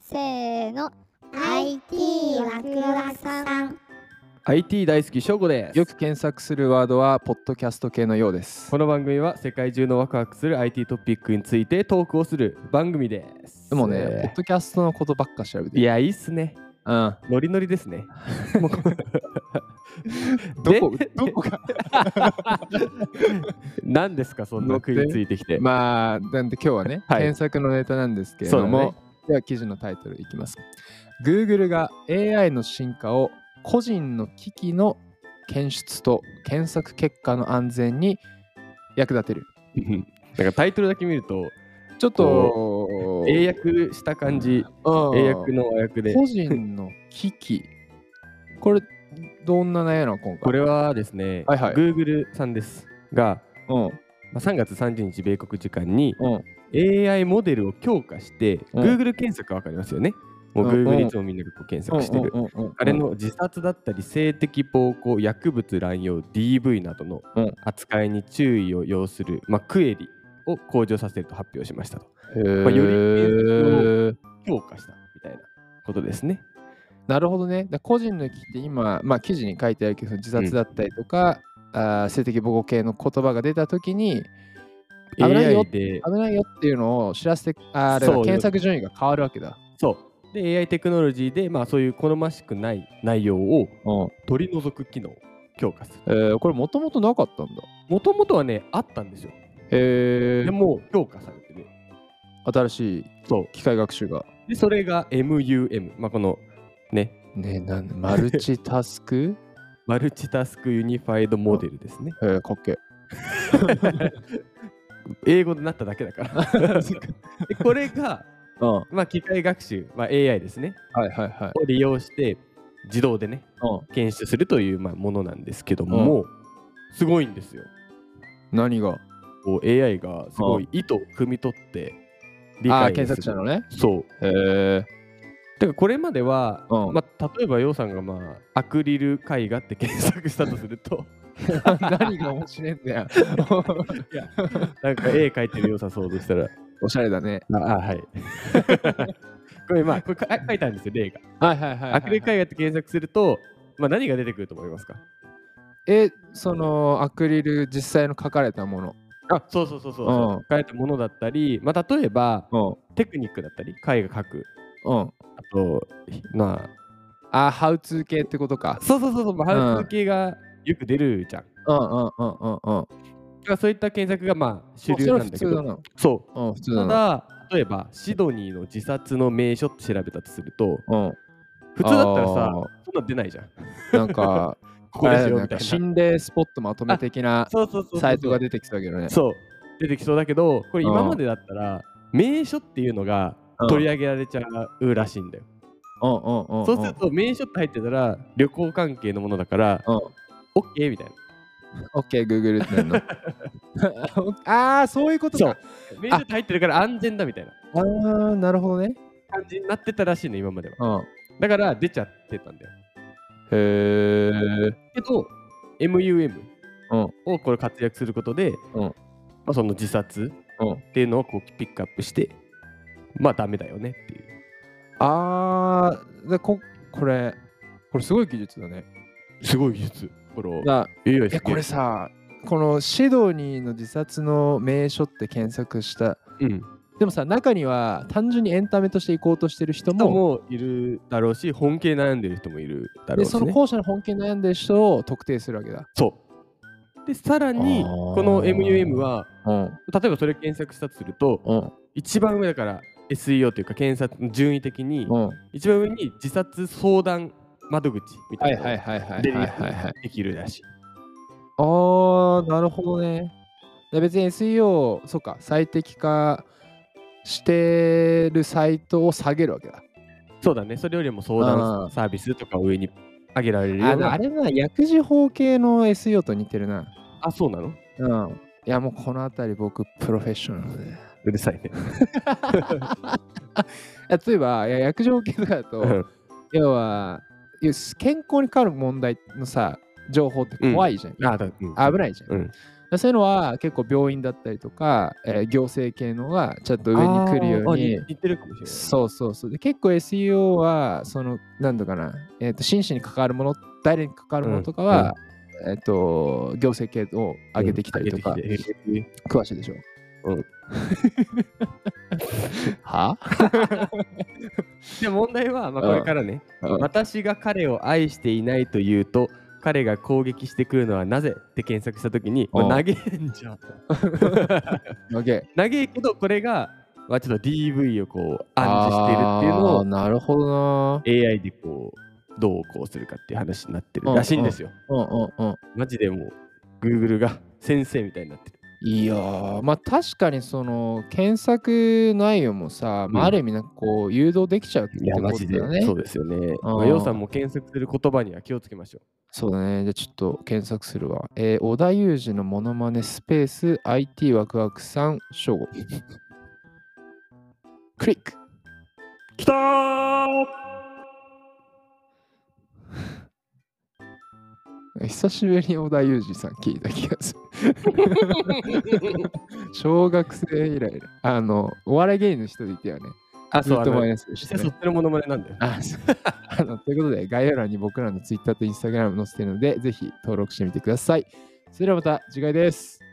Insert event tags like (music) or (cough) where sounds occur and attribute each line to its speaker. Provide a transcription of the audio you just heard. Speaker 1: せーの
Speaker 2: IT ワクワクさん
Speaker 3: IT 大好き翔吾です
Speaker 4: よく検索するワードはポッドキャスト系のようです
Speaker 3: この番組は世界中のワクワクする IT トピックについてトークをする番組です
Speaker 4: でもね、ポッドキャストのことばっか調べて
Speaker 3: い
Speaker 4: る
Speaker 3: やいいっすね
Speaker 4: うん
Speaker 3: ノリノリです
Speaker 4: (laughs)
Speaker 3: ねもうこ
Speaker 4: どこどこが
Speaker 3: (laughs) 何ですかそんな食いついてきて
Speaker 4: (laughs) まあなんで今日はね、
Speaker 3: はい
Speaker 4: 検索のネタなんですけれども、
Speaker 3: そうだね
Speaker 4: では記事のタイトルいきます Google が AI の進化を個人の機器の検出と検索結果の安全に役立てる
Speaker 3: うんなんかタイトルだけ見ると
Speaker 4: ちょっと
Speaker 3: 英訳した感じ
Speaker 4: うん
Speaker 3: 英訳の和訳で
Speaker 4: 個人の機器これどんな内容なの今回
Speaker 3: これはですね、
Speaker 4: はいはい
Speaker 3: Google さんですが
Speaker 4: うん
Speaker 3: まあ3月30日米国時間に
Speaker 4: うん
Speaker 3: AI モデルを強化して、
Speaker 4: うん
Speaker 3: Google 検索わかりますよねもう
Speaker 4: うんうん
Speaker 3: Google いつもみんながこう検索してる、
Speaker 4: うんうんうんうん
Speaker 3: あれの自殺だったり性的暴行薬物乱用 DV などの
Speaker 4: うん
Speaker 3: 扱いに注意を要する、まあ、クエリを向上させると発表しましたと
Speaker 4: へー
Speaker 3: まあより検強化したみたいなことですね
Speaker 4: なるほどね。だ個人の機器って今、まあ、記事に書いてあるけど、その自殺だったりとか、あー性的暴行系の言葉が出たときに、危ないよ
Speaker 3: AI で
Speaker 4: 危ないよっていうのを知らせて、あーあれだ
Speaker 3: そうよ
Speaker 4: 検索順位が変わるわけだ。
Speaker 3: そうで AI テクノロジーで、まあ、そういう好ましくない内容を
Speaker 4: うん
Speaker 3: 取り除く機能を強化する
Speaker 4: えーこれもともとなかったんだ。
Speaker 3: もともとはねあったんですよ
Speaker 4: え
Speaker 3: でも強化されてる
Speaker 4: 新しい
Speaker 3: そう
Speaker 4: 機械学習が。
Speaker 3: でそれが MUM、まあ、このね
Speaker 4: ねなんマルチタス (laughs) ク
Speaker 3: マルチタスクユニファイドモデルですね。
Speaker 4: えー、かっけ
Speaker 3: 英語でなっただけだ
Speaker 4: (laughs)
Speaker 3: から。でこれが、
Speaker 4: うん。は
Speaker 3: まあ、機械学習、まあ、AI ですね、
Speaker 4: いはいはい。
Speaker 3: を利用して自動でね、
Speaker 4: う
Speaker 3: 検出するという、まあ、ものなんですけども、すごいんですよ。
Speaker 4: ん、何が
Speaker 3: こう AI がすごい意図を汲み取って理
Speaker 4: あ
Speaker 3: 解
Speaker 4: ー検索者の
Speaker 3: ね。
Speaker 4: ね。
Speaker 3: そう。
Speaker 4: へえ
Speaker 3: てかこれまでは、
Speaker 4: うん
Speaker 3: まあ、例えば、ようさんが、まあ、アクリル絵画って検索したとする
Speaker 4: (laughs)
Speaker 3: と、
Speaker 4: ー、何が面白いんだよ。 (laughs)
Speaker 3: なんか絵描いてるようさ想像したら、
Speaker 4: おしゃれだね。
Speaker 3: ああはい。 (laughs) これまあこれか書いたんですよ例が。
Speaker 4: はいはいはいはい、はい。
Speaker 3: アクリル絵画って検索すると、まあ、何が出てくると思いますか
Speaker 4: えそのアクリル実際の書かれたもの
Speaker 3: あそうそうそうそうそう、
Speaker 4: うん
Speaker 3: 書いたものだったり、まあ、例えば
Speaker 4: う
Speaker 3: テクニックだったり絵画描く
Speaker 4: んうん
Speaker 3: あとま
Speaker 4: あハウツー系ってこと
Speaker 3: あ
Speaker 4: か
Speaker 3: そうそうそうそう、まあ、
Speaker 4: う
Speaker 3: ハ
Speaker 4: ん
Speaker 3: ウツー系がよく出るじゃん。
Speaker 4: うんうんうんうんうん
Speaker 3: だからそういった検索がまあ主
Speaker 4: そ
Speaker 3: 流
Speaker 4: れは
Speaker 3: なんだ
Speaker 4: 普
Speaker 3: け
Speaker 4: 通
Speaker 3: ど
Speaker 4: だな
Speaker 3: そう
Speaker 4: うん普通だ
Speaker 3: た
Speaker 4: な
Speaker 3: だ例えばシドニーの自殺の名所って調べたとすると
Speaker 4: うん
Speaker 3: 普通だったらさ
Speaker 4: あー
Speaker 3: そんなん出ないじゃん。
Speaker 4: なんか
Speaker 3: (laughs) ここです
Speaker 4: あれだね
Speaker 3: よ
Speaker 4: な
Speaker 3: みた
Speaker 4: ん
Speaker 3: い
Speaker 4: か
Speaker 3: な。
Speaker 4: 心霊スポットまとめ的な
Speaker 3: そうそうそうそう
Speaker 4: サイトが出てきたけどね
Speaker 3: そう出てきそうだけどこれ
Speaker 4: うん
Speaker 3: 今までだったら名所っていうのが
Speaker 4: うん
Speaker 3: 取り上げられちゃうらしいんだよ、
Speaker 4: うんうんうんん
Speaker 3: そうすると名所って入ってたら旅行関係のものだから
Speaker 4: うん
Speaker 3: OK みたいな
Speaker 4: オッケーグーグルっ
Speaker 3: (laughs)
Speaker 4: てなんのああそういうこと
Speaker 3: そ
Speaker 4: か
Speaker 3: う名所って入ってるから安全だみたいな
Speaker 4: ああなるほどね
Speaker 3: 感じになってたらしいの今までは
Speaker 4: うん
Speaker 3: だから出ちゃってたんだよ
Speaker 4: へえ
Speaker 3: けど MUM
Speaker 4: うん
Speaker 3: をこれ活躍することで、
Speaker 4: うん
Speaker 3: まあ、その自殺
Speaker 4: うん
Speaker 3: っていうのをこうピックアップしてまあダメだよねっていう
Speaker 4: ああでここれこれすごい技術だね
Speaker 3: すごい技術これを
Speaker 4: だ
Speaker 3: いや
Speaker 4: いやこれ、さこのシドニーの自殺の名所って検索した
Speaker 3: うん、
Speaker 4: でもさ中には単純にエンタメとして行こうとしてる人
Speaker 3: 人
Speaker 4: も
Speaker 3: もいるだろうし、本気で悩んでる人もいるだろ
Speaker 4: で
Speaker 3: うし、
Speaker 4: その
Speaker 3: ね。
Speaker 4: 後者の本気に悩んでる人を特定するわけだ、
Speaker 3: そう。で、さらに、
Speaker 4: あー
Speaker 3: この MUM は、
Speaker 4: うん
Speaker 3: 例えばそれ検索したとすると、
Speaker 4: うん
Speaker 3: 一番上だから SEO というか、検索の順位的に、
Speaker 4: うん、
Speaker 3: 一番上に自殺相談窓口みた
Speaker 4: はいい
Speaker 3: なの
Speaker 4: はい
Speaker 3: が
Speaker 4: はいはいはい
Speaker 3: 出
Speaker 4: はい
Speaker 3: る
Speaker 4: はい
Speaker 3: できるらしい。
Speaker 4: あーなるほどねで別に SEO そうか最適化してるサイトを下げるわけだ
Speaker 3: そうだね、それよりも相
Speaker 4: あ
Speaker 3: 談
Speaker 4: ー
Speaker 3: サービスとかを上に上げられるよ
Speaker 4: あ
Speaker 3: う
Speaker 4: の
Speaker 3: な。
Speaker 4: あれは薬事法系の SEO と似てるな
Speaker 3: あ、そうなの
Speaker 4: うんいやもうこの辺り僕プロフェッショナルで
Speaker 3: うるさいね。
Speaker 4: 例えばいや薬状系とかだと、要は要す健康に関わる問題のさ情報って怖いじゃん、
Speaker 3: (laughs) あだ、うん
Speaker 4: 危ないじゃん、
Speaker 3: うん
Speaker 4: らそういうのは結構病院だったりとか、えー行政系のがちょっと上に来るように
Speaker 3: あ似てるかもしれない。
Speaker 4: そうそうそうで結構 SEO はそのなんとかな、えー、と真摯に関わるもの誰に関わるものとかは、えっ、と行政系を上げてきたりとか、
Speaker 3: 上げてきて
Speaker 4: 詳しいでしょ
Speaker 3: うん
Speaker 4: (laughs) は
Speaker 3: で問題は、まあ、これからね、私が彼を愛していないと言うと、彼が攻撃してくるのはなぜって検索したときに、
Speaker 4: うん
Speaker 3: まあ、投げんじゃん。
Speaker 4: OK
Speaker 3: 投げけど、これが、まあ、ちょっと DV をこう暗示してるっていうの
Speaker 4: あー
Speaker 3: を
Speaker 4: なるほどな
Speaker 3: AI でこうどうこうするかっていう話になってるらしいんですよ。
Speaker 4: うんうんうん
Speaker 3: マジでもう Google が先生みたいになってる。
Speaker 4: いやーまあ確かにその検索内容もさ、まあ、
Speaker 3: うん
Speaker 4: ある意味なんかこう誘導できちゃうってことだよね。
Speaker 3: そうですよね。
Speaker 4: あー
Speaker 3: まあ、ようさんも検索する言葉には気をつけましょ
Speaker 4: そうだね。じゃあちょっと検索するわ。えー、小田裕二のモノマネスペース IT ワクワクさん正午。クリック
Speaker 3: う。きたー
Speaker 4: 久しぶりに小田裕二さん聞いた気が
Speaker 3: (laughs)
Speaker 4: する。小学生以来だあの、お笑い芸人の人でいたよね。
Speaker 3: あ、
Speaker 4: ず
Speaker 3: そう、
Speaker 4: っ
Speaker 3: あ
Speaker 4: とマイ
Speaker 3: の
Speaker 4: ナスでし
Speaker 3: 実
Speaker 4: た
Speaker 3: 際
Speaker 4: ね
Speaker 3: そっちのモノマネなんだよ。
Speaker 4: あそうあのということで、概要欄に僕らの Twitter と Instagram 載せてるので、ぜひ登録してみてください。それではまた次回です。